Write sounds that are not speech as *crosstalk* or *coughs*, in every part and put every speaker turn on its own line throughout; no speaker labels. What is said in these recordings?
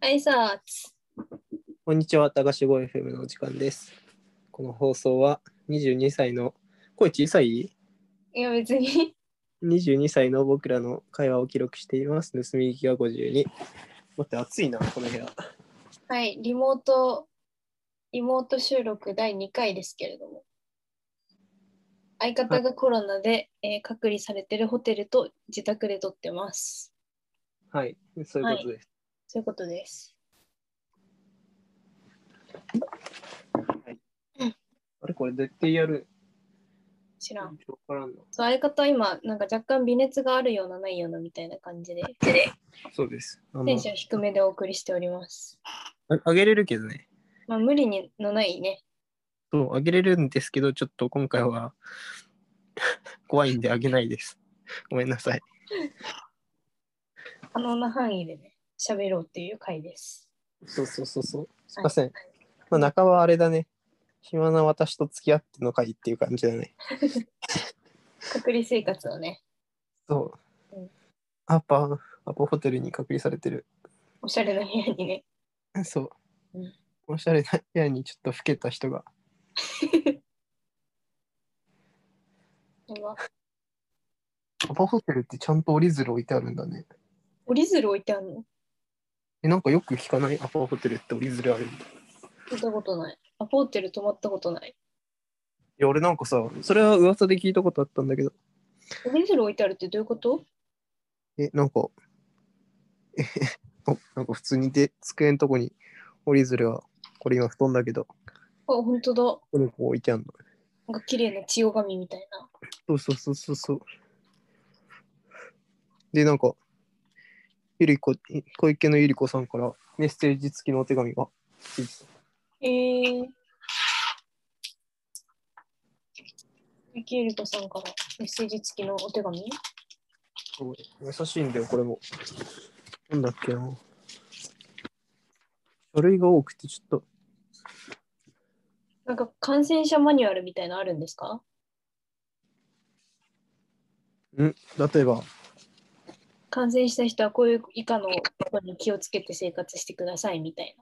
挨拶
こんにちは、高志5 FM のお時間です。この放送は22歳の、声小さい
いや別に
?22 歳の僕らの会話を記録しています。盗み聞きが52。待って、暑いな、この部屋。
*laughs* はいリモートリモート収録第2回ですけれども相方がコロナで、えー隔離されてるホテルと自宅で撮ってます
はい、そういうことです。
そういうことです
あれ、これ絶対やる。
知ら
わ
ん
からんの。
そう相方は今なんか若干微熱があるようなないようなみたいな感じで
そうです。あ
テンション低めでお送りしております
ああげれるけどね。
まあ無理にのないね
そう、あげれるんですけど、ちょっと今回は怖いんであげないです。ごめんなさい。
可能な範囲でね喋ろうっていう回です
そうそうそうそう。すい
はい
ません。まあ、中はあれだね。暇な私と付き合っての会っていう感じだね。
隔離生活をね
そう
うん。
アパ、アパホテルに隔離されてる。
おしゃれな部屋にね
そう
うん。
おしゃれな部屋にちょっと老けた人が。
でも
アパホテルってちゃんと折り鶴置いてあるんだね。
折り鶴置いてあるの
え、なんかよく聞かないアパホテルって折り鶴あるんだ。い
聞いたことない。アポーテル泊まったことない。
や、俺なんかさ、それは噂で聞いたことあったんだけど、
折り鶴置いてあるってどういうこと
え、なんか、えへへおなんか普通にで机のとこに折り鶴は、これ今布団だけど、
あ、本当だ。
この子置いてあるの。
なんか綺麗な千代紙みたいな。
そうそうそうそうそう。で、なんか、ゆりこ、小池のゆりこさんからメッセージ付きのお手紙が。
ええー。ミキエルトさんからメッセージ付きのお手紙
すごい。優しいんだよ、これも。なんだっけな。書類が多くて、ちょっと、
なんか感染者マニュアルみたいなのあるんですか
例えば、
感染した人はこういう以下のことに気をつけて生活してくださいみたい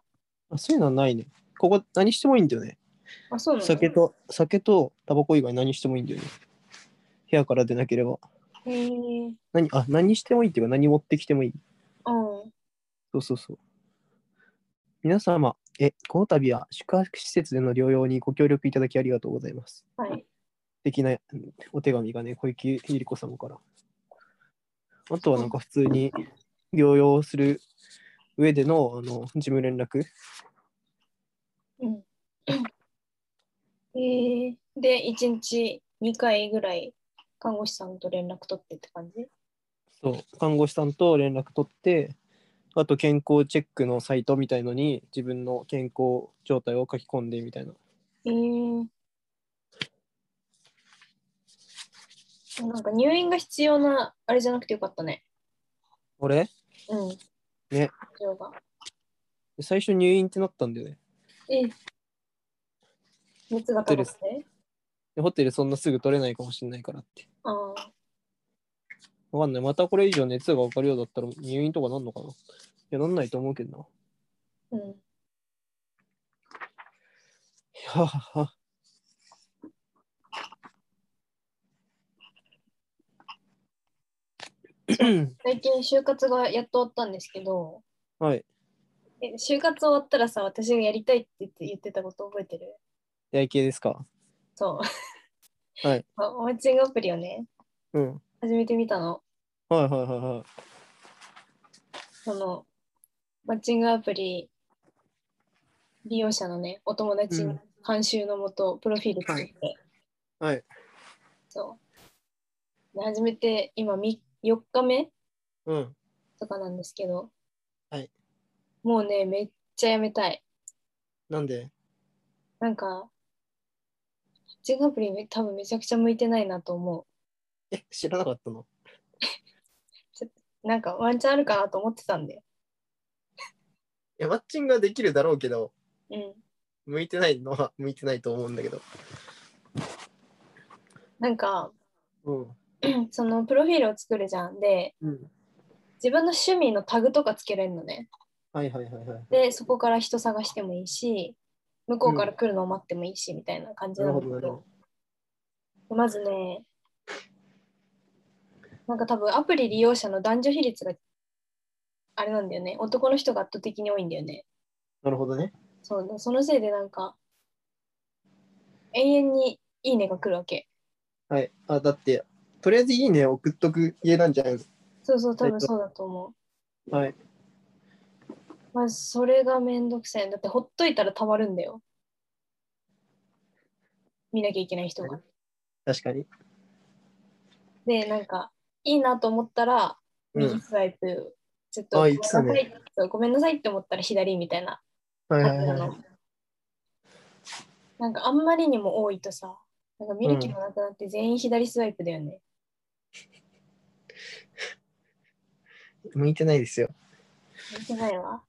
あそういうのはないね。ここ、何してもいいんだよね。
な。あ、そうなの
酒と、酒とタバコ以外何してもいいんだよね。部屋から出なければ。
えー。
何、あ、何してもいいっていうか、何持ってきてもいい。
うん。
そうそうそう。皆様、え、この度は宿泊施設での療養にご協力いただきありがとうございます。
はい。
的なうんお手紙がね、小池百合子様から。あとはなんか普通に療養する上でのあの事務連絡。
うんえー、で、1日2回ぐらい看護師さんと連絡取ってって感じ
そう、看護師さんと連絡取って、あと健康チェックのサイトみたいのに自分の健康状態を書き込んでみたいな。
えー、なんか入院が必要なあれじゃなくてよかったね。
俺、
うん。
ね
必要が。
最初入院ってなったんだよね。
えー、熱が高くて
でホテルそんなすぐ取れないかもしれないからって。
あー
わかんない。またこれ以上熱が分かるようだったら入院とかなんのかないや、なんないと思うけど
う
な。
ん。
*laughs* ははは。
最近就活がやっと終わったんですけど、
はい。
え就活終わったらさ、私がやりたいって言って言ってたこと覚えてる
やい系ですか
そう。
はい
あ。マッチングアプリをね、
うん。
始めてみたの。
はいはいはいはい。
その、マッチングアプリ利用者のね、お友達
う
の
ん
監修のもと、プロフィール作って、
はい。
そう。で、始めて、今み、4日目
うん。
とかなんですけど、
はい。
もうね、めっちゃやめたい。
なんで
なんか、マッチングアプリめ多分めちゃくちゃ向いてないなと思
え、知らなかったの
う。なんかワンチャンあるかなと思ってたんで。
いや、マッチングはできるだろうけど、
うん。
向いてないのは *laughs* 向いてないと思うんだけど。
なんか、
うん。
そのプロフィールを作るじゃん。で、
うん。
自分の趣味のタグとかつけれるのね。
はいはいはいはい。
でそこから人探してもいいし向こうから来るのを待ってもいいし、みたいな感じ
な
な
る
ん
ほ
だ
ど
け
なる
ど
ほ
まずねなんか多分アプリ利用者の男女比率があれなんだよね男の人が圧倒的に多いんだよね
ど。なるほどね。
そうそのせいでなんか永遠にいいねが来るわけ
はい。あ、だって、とりあえずいいね送っとく家なんじゃないの
そうそう多分そうだと思う
はい。
まあ、それがめんどくさい。だって、ほっといたらたまるんだよ。見なきゃいけない人が。
確かに。
で、なんか、いいなと思ったら、
う
右
ん。
スワイプ、ちょっとご
あ
めん
言
な
ってた
さい、
ね
そうごめんなさいって思ったら左みたいな
はい
タ
は
イ
い
プ
は。
ないの。なんか、あんまりにも多いとさ、なんか見る気もなくなって全員左スワイプだよね。
向いてないですよ。
見てないわ。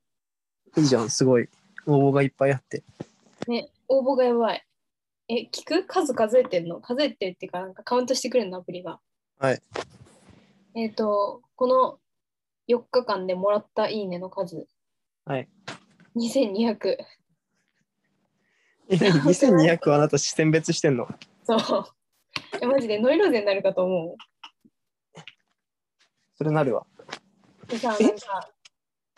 いいじゃん、すごい。応募がいっぱいあって。
ね、応募がやばい。え、聞く数数えてんの数えてるっていうか、なんかカウントしてくれるの、アプリが。
はい。
えっ、と、この4日間でもらったいいねの数。
はい。
2200。
え、何2200はあなた選別してんの
そう。え、マジでノイローゼになるかと思
それなるわ。
う。でさ、なんか、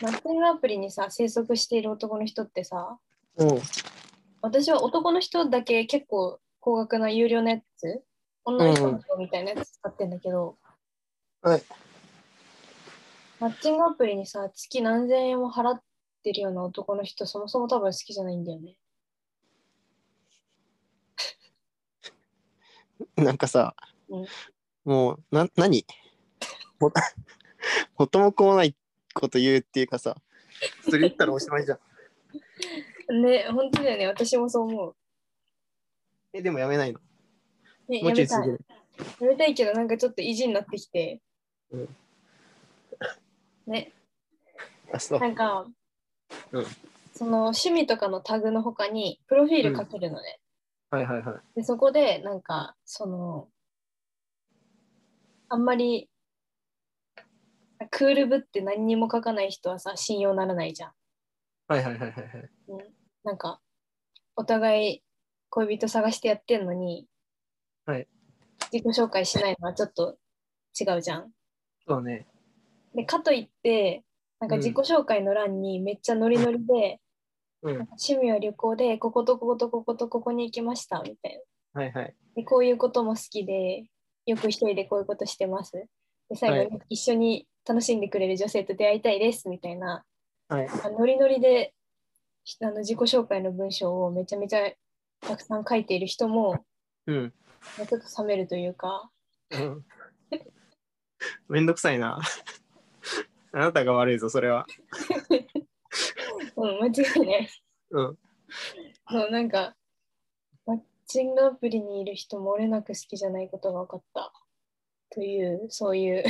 マッチングアプリにさ、生息している男の人ってさ、
うん。
私は男の人だけ結構高額な有料のやつ、女の人みたいなやつ使ってんだけど、
はい。
マッチングアプリにさ、月何千円も払ってるような男の人、そもそも多分好きじゃないんだよね。
なんかさ、
うん
もう、な、何も元も子もないこと言うっていうかさ、それ言ったらおしまいじゃん。
ね、本当だよね、私もそう思
え、でもやめないの。
う。ね、
も
や
うちょ
めた
い続
い
け。る。
やめたいけど、なんかちょっと意地になってきて。
うん
ね、
あ、そう。
なんか、
うん
その趣味とかのタグの他に、プロフィール書けるのね。
はいはいはい。
でそこでなんかそのあんまりクールぶって何にも書かない人はさ信用ならないじゃん。
はいはいはいはいはい。
なんかお互い恋人探してやってんのに、
はい
自己紹介しないのはちょっと違うじゃん。
そうね。
でかといってなんか自己紹介の欄にめっちゃノリノリで、
うん。
趣味は旅行でこことこことこことここに行きましたみたいな。
はいはい。
でこういうことも好きでよく一人でこういうことしてますで最後に、
は
一緒に楽しんでくれる女性と出会いたいですみたいな
はい。
あノリノリであの自己紹介の文章をめちゃめちゃたくさん書いている人も
うん。
ちょっと冷めるというか
うんめんどくさいな。 *laughs* あなたが悪いぞ、それは。
うん間違いない
うん。
そうなんかマッチングアプリにいる人漏れなく好きじゃないことが分かったというそういう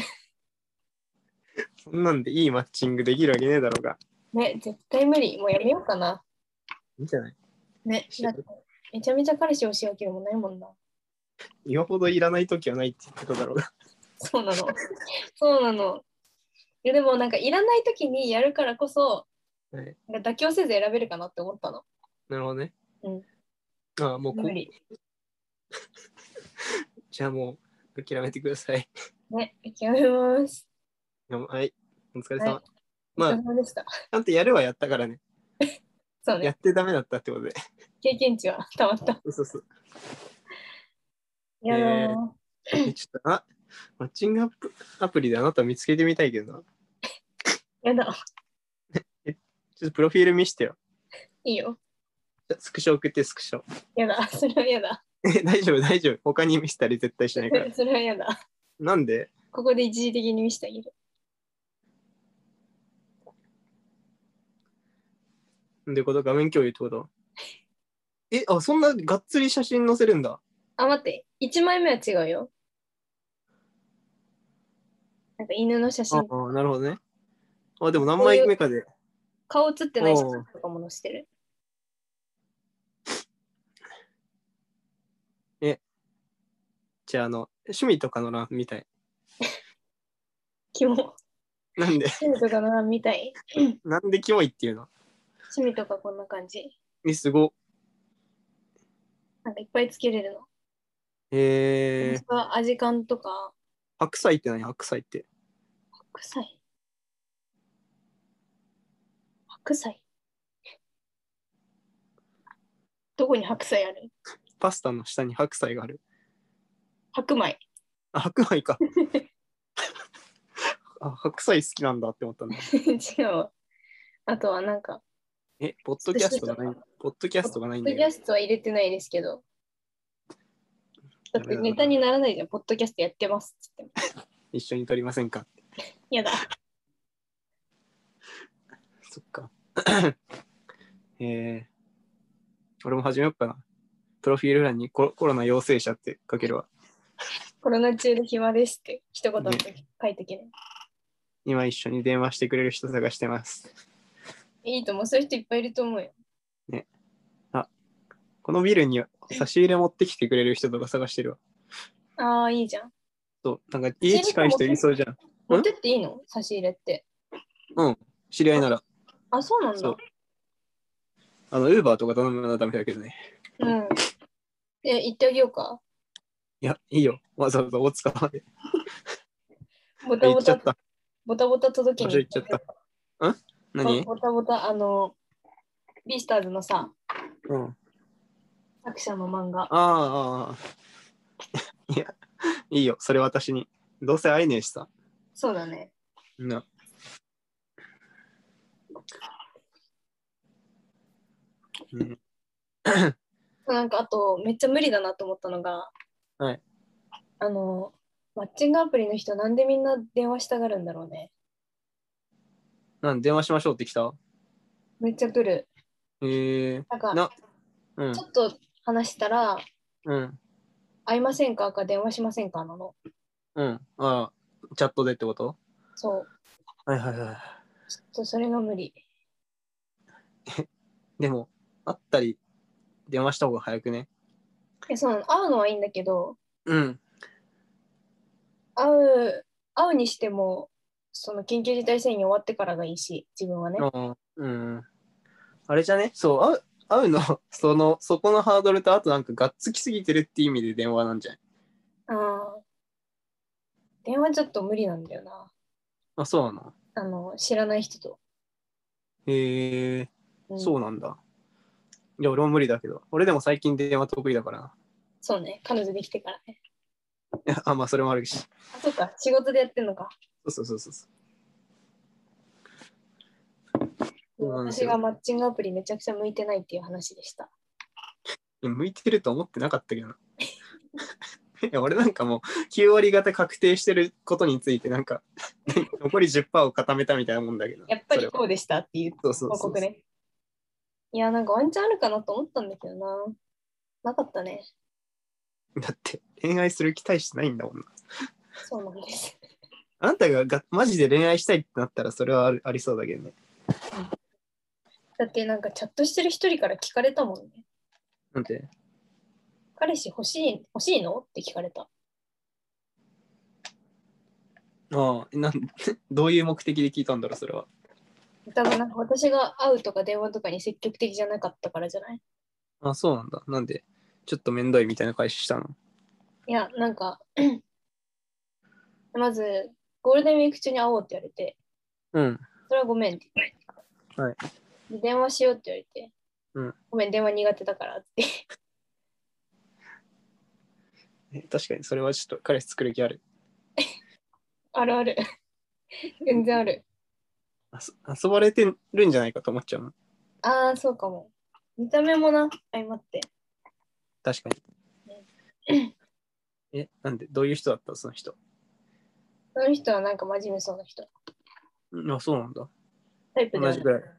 そんなんでいいマッチングできるわけねえだろうが。
ね絶対無理もうやめようかない
いんじゃない
ねだってめちゃめちゃ彼氏欲しいわけでもないもんな
よほどいらないときはないって言ってただろうが。 *laughs*
そうなの。そうなの。いやでもなんかいらない時にやるからこそ、
はい
なんか妥協せず選べるかなって思ったの。
なるほどね。
うん。
ああ、もうこ
無、理。
じゃあもう、諦めてください。
ね、諦めます。
でもはい。お疲れ様。
はい
ま
お疲
あ
れ、様でした。
ちゃんとやるはやったからね。
そう
や
ね
っ。てダメだったってことで。
経験値はたまった。
そうそうそう。
いやー、
ええちょっと、あ、マッチングアプアプリであなた見つけてみたいけどな。
やだ。
ちょっとプロフィール見してよ。
いいよ。
じゃスクショ送ってスクショ。
やだ。それはやだ。
え大丈夫、大丈夫。他に見せたり絶対しな
*laughs*
いから。
それはやだ。
なんで
ここで一時的に見せてあげる。
なんでこと画面共有ってことえ、あ、そんながっつり写真載せるんだ。
あ、待って。1枚目は違うよ。なんか犬の写
あ
真、
あ、なるほどね。あ、でも何枚目かで。
顔写ってない写真とかも載せてる。
じゃあ、あの、趣味とかの欄みたい。
キモ。
なんで、 *laughs*
趣味とかな、みたい。
なんでキモいっていうの
趣味とかこんな感じ。
え、すご。
なんかいっぱいつけれるの。
えー
私、はアジカンとか、
白菜って何白菜って。
白菜。白菜どこに白菜ある
パスタの下に白菜がある。
白米。 *laughs*
あ、白米か。あ、白菜好きなんだって思ったんだ。
違うわ。あとはなんか、
え、ポッドキャストがない、ポッドキャストがないん
ポッド
だ
キャ
よ。
ストは入れてないですけど。だって
ダメだな
ネタにならないじゃん。ポッドキャストやってますっつっても。
一緒に撮りませんか
やだ。
そっか。 *coughs* えー、俺も始めようかな。プロフィール欄にコロコロナ陽性者って書けるわ。
コロナ中で暇ですって一言書いてけない。
今一緒に電話してくれる人探してます。
いいと思う。そういう人いっぱいいると思うよ。
このビルに差し入れ持ってきてくれる人とか探してるわ。
ああ、いいじゃん。
そう、なんか家近い人いそうじゃん。
持ってっていいの差し入れって。
知り合いなら。
あ、そうなんだ。
そうあの、ウーバーとか頼むのはダメだけどね。
うん。え、行ってあげようか。
いや、いいよ。わざわざ大塚まで。
ボ
あ
タ
行
ボ
っちゃ
タ
っ、た。
ボタボタ届け
場
に
所行っちゃった。ん何
ボタボタ、あの、ビースターズのさ、
うん。あ
作者の漫画。
あ、あ *laughs* あ。いや、いいよ。それ私に。どうせ会えねえしさ。
そうだね。
な。うん、
なんか、あと、めっちゃ無理だなと思ったのが、
はい。
あの、マッチングアプリの人、なんでみんな電話したがるんだろうね。
なん電話しましょうって来た
めっちゃ来る。
へえ
なんか、
なうん
ちょっと話したら、
うん
会いませんかか電話しませんかなの。
うんああチャットでってこと
そう。
はいはいはい
ちょっとそれが無理。
でも会ったり電話した方が早くね
え、そうなの。会うのはいいんだけど、
うん
会う、会うにしても、その緊急事態宣言終わってからがいいし、自分はね。
あ,、うん、あれじゃねそう会う会うの *laughs* そのそこのハードルとあとなんかがっつきすぎてるって意味で電話なんじゃん
ああ。電話ちょっと無理なんだよな。
あそうなの
あの、知らない人と。
へえ
うん、
そうなんだいや俺も無理だけど俺でも最近電話得意だからな
そうね。彼女できてからね。
いやあまあそれもあるし
あ、そっか。仕事でやってんのか。
そうそうそうそうそうなんです
私
よ
がマッチングアプリめちゃくちゃ向いてないっていう話でした。
いや向いてると思ってなかったけどな。 *laughs* いや俺なんかもう9割方確定してることについてなんか残り10%を固めたみたいなもんだけど。
やっぱり
それは
こうでしたっていう
そうそう
報
そう
告ね。いや、なんかワンチャンあるかなと思ったんだけどな。なかったね。
だって恋愛する期待してないんだもんな。
そうなんです。
あなたががマジで恋愛したいってなったらそれはあるありそうだけどね。
だってなんかチャットしてる一人から聞かれたもんね。
なんて
彼氏欲しい欲しいのって聞かれた。
ああ、なん *laughs* どういう目的で聞いたんだろうそれは。
多分なんか私が会うとか電話とかに積極的じゃなかったからじゃない
あそうなんだ。なんでちょっとめんどいみたいな返ししたの。
いや、なんか、 *clears throat* まず、ゴールデンウィーク中に会おうって言われて、
うん。
それはごめんって言って。
はい
で電話しようって言われて、
うん
ごめん、電話苦手だからって。
え確かにそれはちょっと彼氏作る気ある。
あるあ *laughs* る。全然ある。
あそ遊ばれてるんじゃないかと思っちゃうもん
ああ、そうかも。見た目もな、相まって。
確かに。え、なんで、どういう人だったその人。
その人はなんか真面目そうな人。
あ、そうなんだ。
タイプで
同
は
じ
ない
くらい。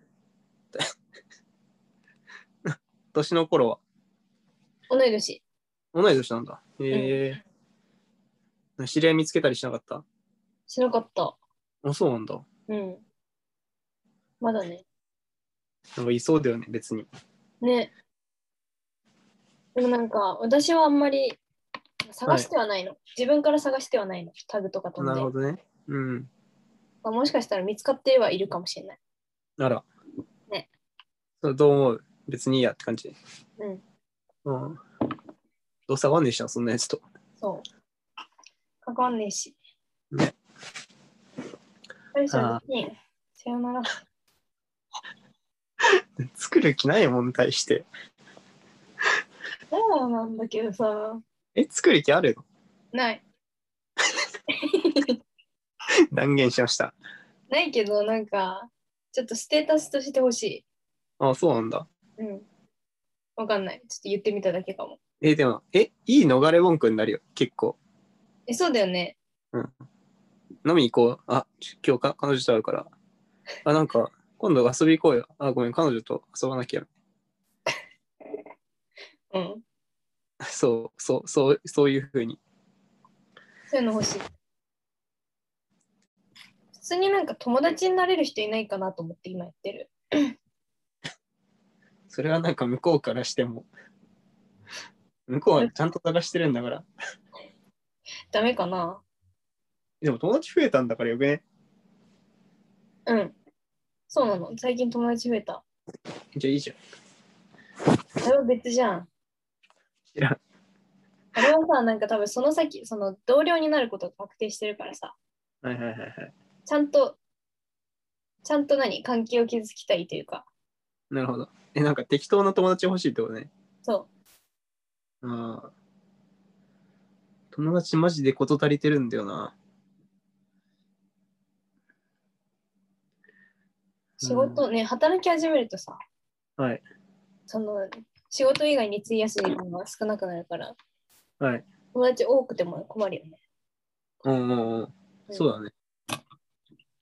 *laughs* 年の頃は、
同い年。
同い年なんだ。へえ知り合い見つけたりしなかった
しなかった。
あ、そうなんだ。
うん。まだね。
なんかいそうだよね、別に。
ね。でもなんか、私はあんまり探してはないの。自分から探してはないの。タグとか飛ん
な
で
るほ。どね。うん。
まあもしかしたら見つかってはいるかもしれない。
なら。
ね。
そうどう思う別にいいやって感じ。
うん。
うん。どうせ合わんでしたそんなやつと。 *laughs*
そう。関わんねえし。
ね
最初に、さよなら。
作る気ないもん対して。
そうなんだけどさ。
え、作る気あるの
ない。
断言しました。
ないけど、なんか、ちょっとステータスとしてほし
あ、そうなんだ。
い。うん。わかんない。ちょっと言ってみただけかも。
え、でも、え、いい逃れ文句になるよ。結構。
え、そうだよね。
飲み行こう。あ、今日か彼女と会うから。あ、なんか、今度遊び行こうよ。あ、ごめん、彼女と遊ばなきゃ。
うん。
そう、そう、そう、そういうふうに。
そういうの欲しい。普通になんか友達になれる人いないかなと思って今やってる。
それはなんか向こうからしても。向こうはちゃんと探してるんだから。
ダメかな
でも友達増えたんだからよくね。
うん。そうなの。最近友達増えた。
じゃあいいじゃん。
あれは別じゃん。
知らん
あれはさ、なんか多分その先、その同僚になることが確定してるからさ、
はいはいはいはい。
ちゃんと、ちゃんと何関係を築きたいというか、
なるほど。え、なんか適当な友達欲しいってことね。
そ
ああ。友達マジで事足りてるんだよな。
う、仕事ね、働き始めるとさ、
はい。
その、仕事以外に費やす時間が少なくなるから、
はい。
友達多くても困るよね。
うんうんうん。そうだね。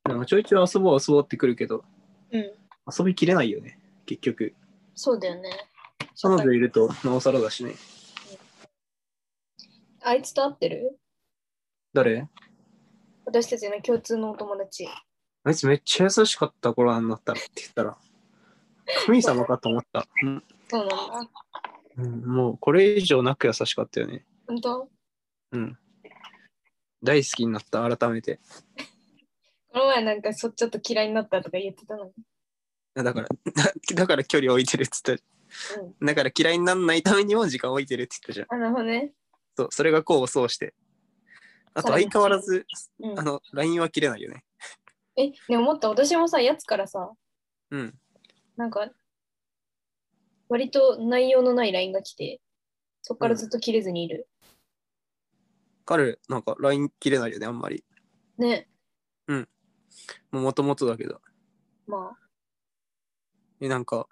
なんかちょいちょい遊ぼう遊ぼうってくるけど、
うん。
遊びきれないよね。結局。
そうだよね。
彼女いるとなおさらだしね。
あいつと会ってる
誰
私たちの共通のお友達。
あいつめっちゃ優しかった頃になったらって言ったら、神様かと思った。うん
そうなんだ。
うん、もうこれ以上なく優しかったよね。
本当
うん。大好きになった、改めて。
この前なんかそちょっと嫌いになったとか言ってたのに。
だから、だだ *laughs* から距離置いてるって言った。
うん。
だから嫌いにならないためにも時間置いてるって言ったじゃん。
あなるほどね。
そう、それがこうそうして。あと
そう
相変わらず、
うん
あ、の、LINE は切れないよね。
え、ね思った。私もさ、やつからさ、
うん。
なんか、割と内容のない LINE が来て、そっからずっと切れずにいる。
彼、なんか LINE 切れないよね、あんまり。
ね。
もともとだけど。
まあ。
え、なんか、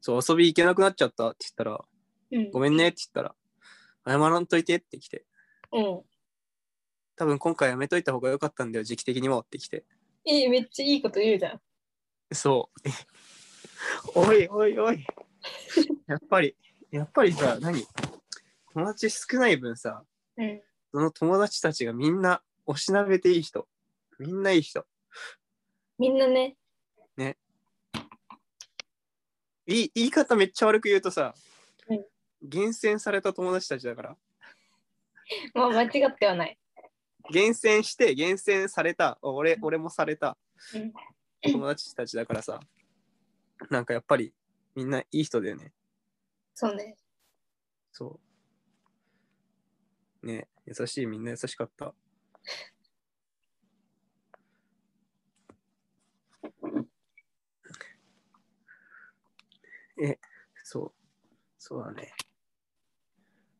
そう、遊び行けなくなっちゃったって言ったら、
うん
ご。めんねって言ったら、謝らんといてって来て、
うん。
多分今回やめといた方が良かったんだよ、時期的にもって来て。
え、めっちゃいいこと言うじゃん。
そう。 *laughs* おいおいおい。やっぱり、やっぱりさ、何友達少ない分さ、
うん。
その友達たちがみんなおしなべていい人。みんないい人。
みんなね。
いい言い方めっちゃ悪く言うとさ、
うん
厳選された友達たちだから。
まあ間違ってはない。
厳選して厳選された、俺俺もされた
うん
友達たちだからさ、なんかやっぱりみんないい人だよね。
そうね。
そう。ね優しい、みんな優しかった。え、そう、そうだね。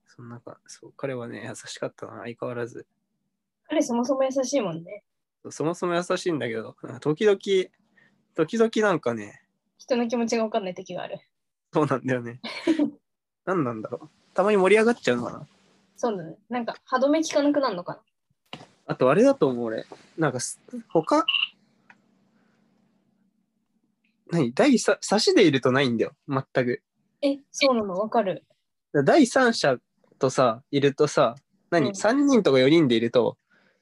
そんなか、そう、彼はね、優しかったな、相変わらず。
彼そもそも優しいもんね。
そもそも優しいんだけど、なんか時々、時々なんかね、
人の気持ちが分かんない時がある。
そうなんだよね。何なんだろう。たまに盛り上がっちゃうのかな。
そうだね。なんか歯止め効かなくなるのか
あとあれだと思う俺。なんかす、他、何第三、差しでいるとないんだよ。全く。
な。え、そうなの分かる。
第三者とさ、いるとさ、
う
何、
ん
三 ?3 人とか4人でいると、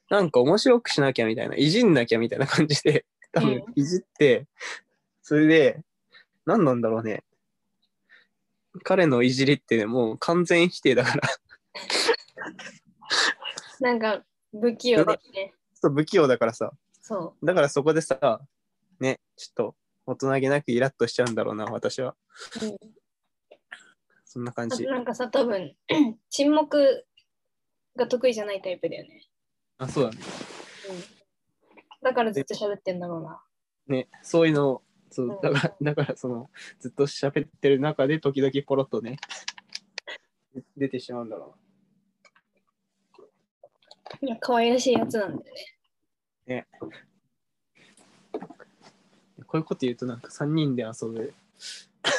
なんか面白くしなきゃみたいな、いじんなきゃみたいな感じで、多分
う
いじって、それで、何なんだろうね。彼のいじりってもう完全否定だから、 *laughs* ち
なんか不器用でね。
ょっと不器用だからさ、
そ
だからそこでさ、ね、ちょっと大人げなくイラッとしちゃうんだろうな、私は。
う。うん
そんな感
あ
*laughs*
と
じ。
なんかさ、多分 *clears throat* 沈黙が得意じゃないタイプだよね。
あ、そうだね。
だからずっと喋ってんだろうな。
ね、そういうのを、そううんだから、だからその、ずっと喋ってる中で、時々ポロッとね、 *laughs* 出てしまうんだろ
いや、可愛らしいやつなんだよね。
うな。こういうこと言うと、なんか3人で遊ぶ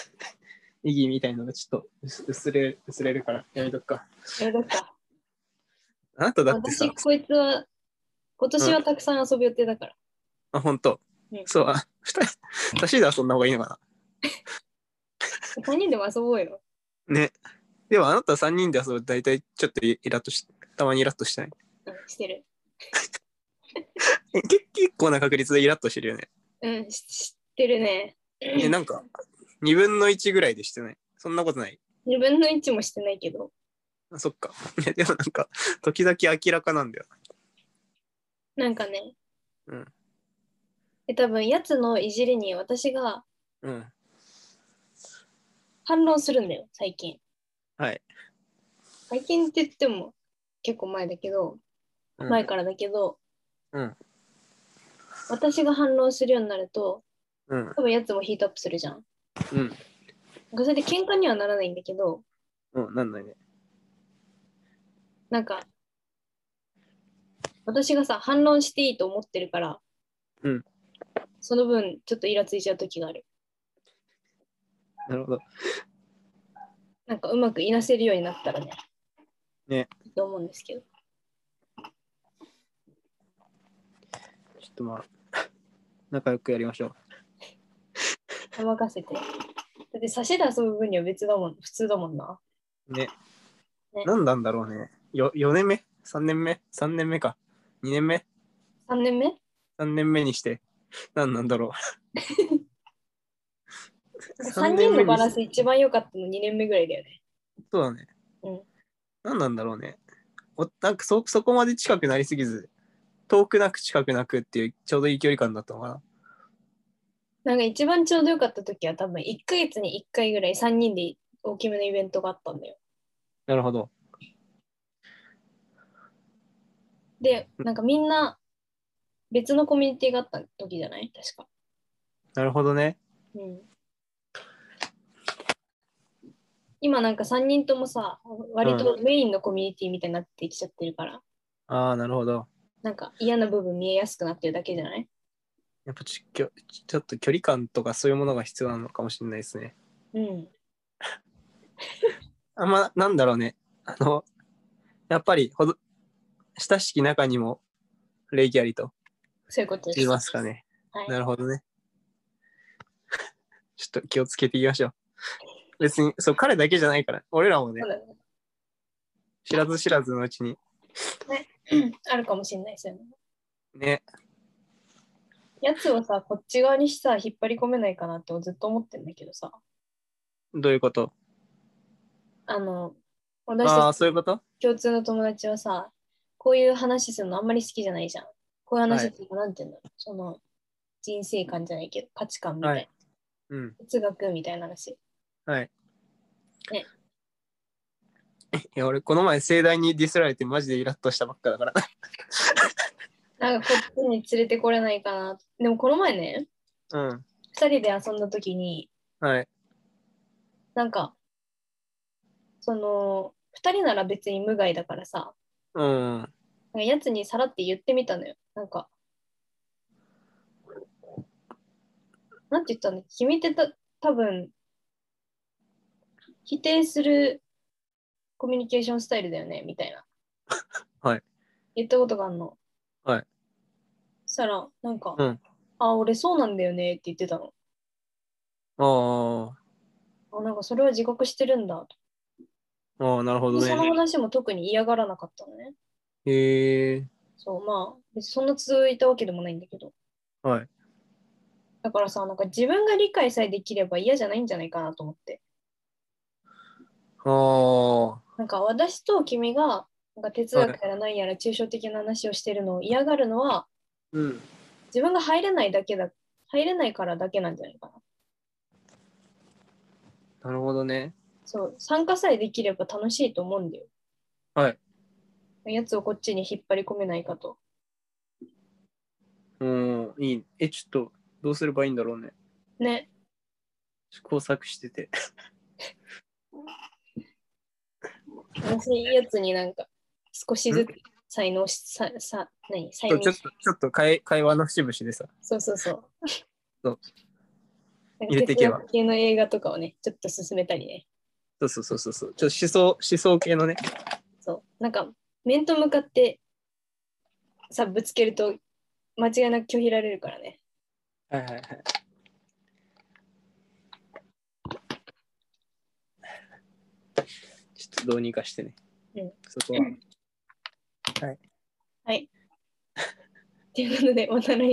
*laughs* 意義みたいのがちょっと薄薄れ薄れるから、やめとくか。
やるか。
あなただってさ
私、、こいつは、今年はたくさん遊ぶ予定だから。
あ、ほんと
うん。
そう、あ、2人、足しで遊んだ方がいいのか
3人でも遊ぼうよ。
な。ね。でもあなた3人で遊ぶと大体ちょっとイラッとし、たまにイラッとしたい。
うん、してる。
えけ結構な確率でイラッとしてるよね。
うん、し知ってるね。
え、なんか、2分の1ぐらいでしてない。そんなことない。
自分の位置もしてないけど。
あそっか。 *laughs* いや、でもなんか、時々明らかなんだよ
なんかね。
うん。
え、多分、やつのいじりに私が
な。うん。
反論するんだよ、最近。
はい。
最近って言っても結構前だけど、
うん
前からだけど、
うん
私が反論するようになると
うん。
多分やつもヒートアップするじゃん。
うん。
それで喧嘩にはならないんだけど
うん。なんないね。
なんか私がさ反論していいと思ってるから、
うん
その分ちょっとイラついちゃう時がある。
なるほど。
なんかうまくいなせるようになったらね。
ね。
と思うんですけど。
ちょっとまあ、 *laughs* 仲良くやりましょう。
任せて。だって差しで遊ぶ分には別だもん、普通だもんな。
ね。
ね
なんなんだろうね。よ4年目 ?3 年目 ?3 年目か。2年目
3年目
?3 年目にして。なんなんだろ
*laughs*
う。
3人のバラン
ス。
ス一番良かったの2年目ぐらいだよね。
そうだね。
うん
なんなんだろうね。おなんかそそこまで近くなりすぎず、遠くなく近くなくっていうちょうどいい距離感だったのかな。
なんか一番ちょうど良かった時は多分1ヶ月に1回ぐらい3人で大きめのイベントがあったんだよ。
なるほど。
で、なんかみんな別のコミュニティがあった時じゃない確か。
なるほどね。
うん。今なんか3人ともさ、割とメインのコミュニティみたいになってきちゃってるから、
ああ、なるほど。
なんか嫌な部分見えやすくなってるだけじゃない
やっぱちょちょっと距離感とかそういうものが必要なのかもしれないですね。
うん。
あんまなんだろうね。あの、やっぱりほど親しき中にも礼儀ありと
そういうことです。
言いますかね。
はい
なるほどね。 *laughs* ちょっと気をつけていきましょう。別に、そう、彼だけじゃないから、俺らもね
そう、だね
知らず知らずのうちに、
うんあるかもしれないですよね。
ね、
やつをさ、こっち側にさ、引っ張り込めないかなってずっと思ってんだけどさ、
どういうこと
あの、私
ああー、
たち
そういうこと
共通の友達はさ、こういう話するのあんまり好きじゃないじゃん。こういう話っていうか、なんていうの、その、人生観じゃないけど、価値観みたいな、
はいうん。
哲学みたいな話。
はい。
ね
いや、俺、この前、盛大にディスられて、マジでイラッとしたばっかだから。
なんかこっちに連れてこれないかな。でもこの前ね、
うん。
二人で遊んだ時に、
はい。
なんか、その、二人なら別に無害だからさ、
うん。
なんかやつにさらって言ってみたのよ。なんか、なんて言ったの君ってた多分、否定するコミュニケーションスタイルだよね、みたいな。
*laughs* はい。
言ったことがあんの。
はい。
そしたら、なんか、
うん
あ、俺そうなんだよねって言ってたの。
あ
あ、なんかそれは自覚してるんだと。
あ、ああ、なるほど
でその
ね。
話も特に嫌がらなかったのね。
へえ、
そう、まあ、別にそんな続いたわけでもないんだけど。
はい。
だからさ、なんか自分が理解さえできれば嫌じゃないんじゃないかなと思って。
ああ、
なんか私と君がなんか哲学やら何やら抽象的な話をしてるのを嫌がるのは、
うん。
自分が入れないだけだ、入れないからだけなんじゃないかな。
なるほどね。
そう、参加さえできれば楽しいと思うんだよ。
はい。
やつをこっちに引っ張り込めないかと。
うん、いい。え、ちょっと、どうすればいいんだろうね。
ね、
工作してて。
楽しいやつになんか少しずつ才能し、さ、さ、何才
ちょ
能
っと、ちょっと会会話の節々でさ。
そうそうそう。
そう
なんか
入れていけば
哲学系の映画とかをね、ちょっと進めたりね。
そうそうそうそうそう。ちょっと思想、思想系のね。
そう。なんか、面と向かってさ、ぶつけると間違いなく拒否られるからね。
はいはいはい。ちょっとどうにかしてね。
うん
そこは。
はい。ということで、また来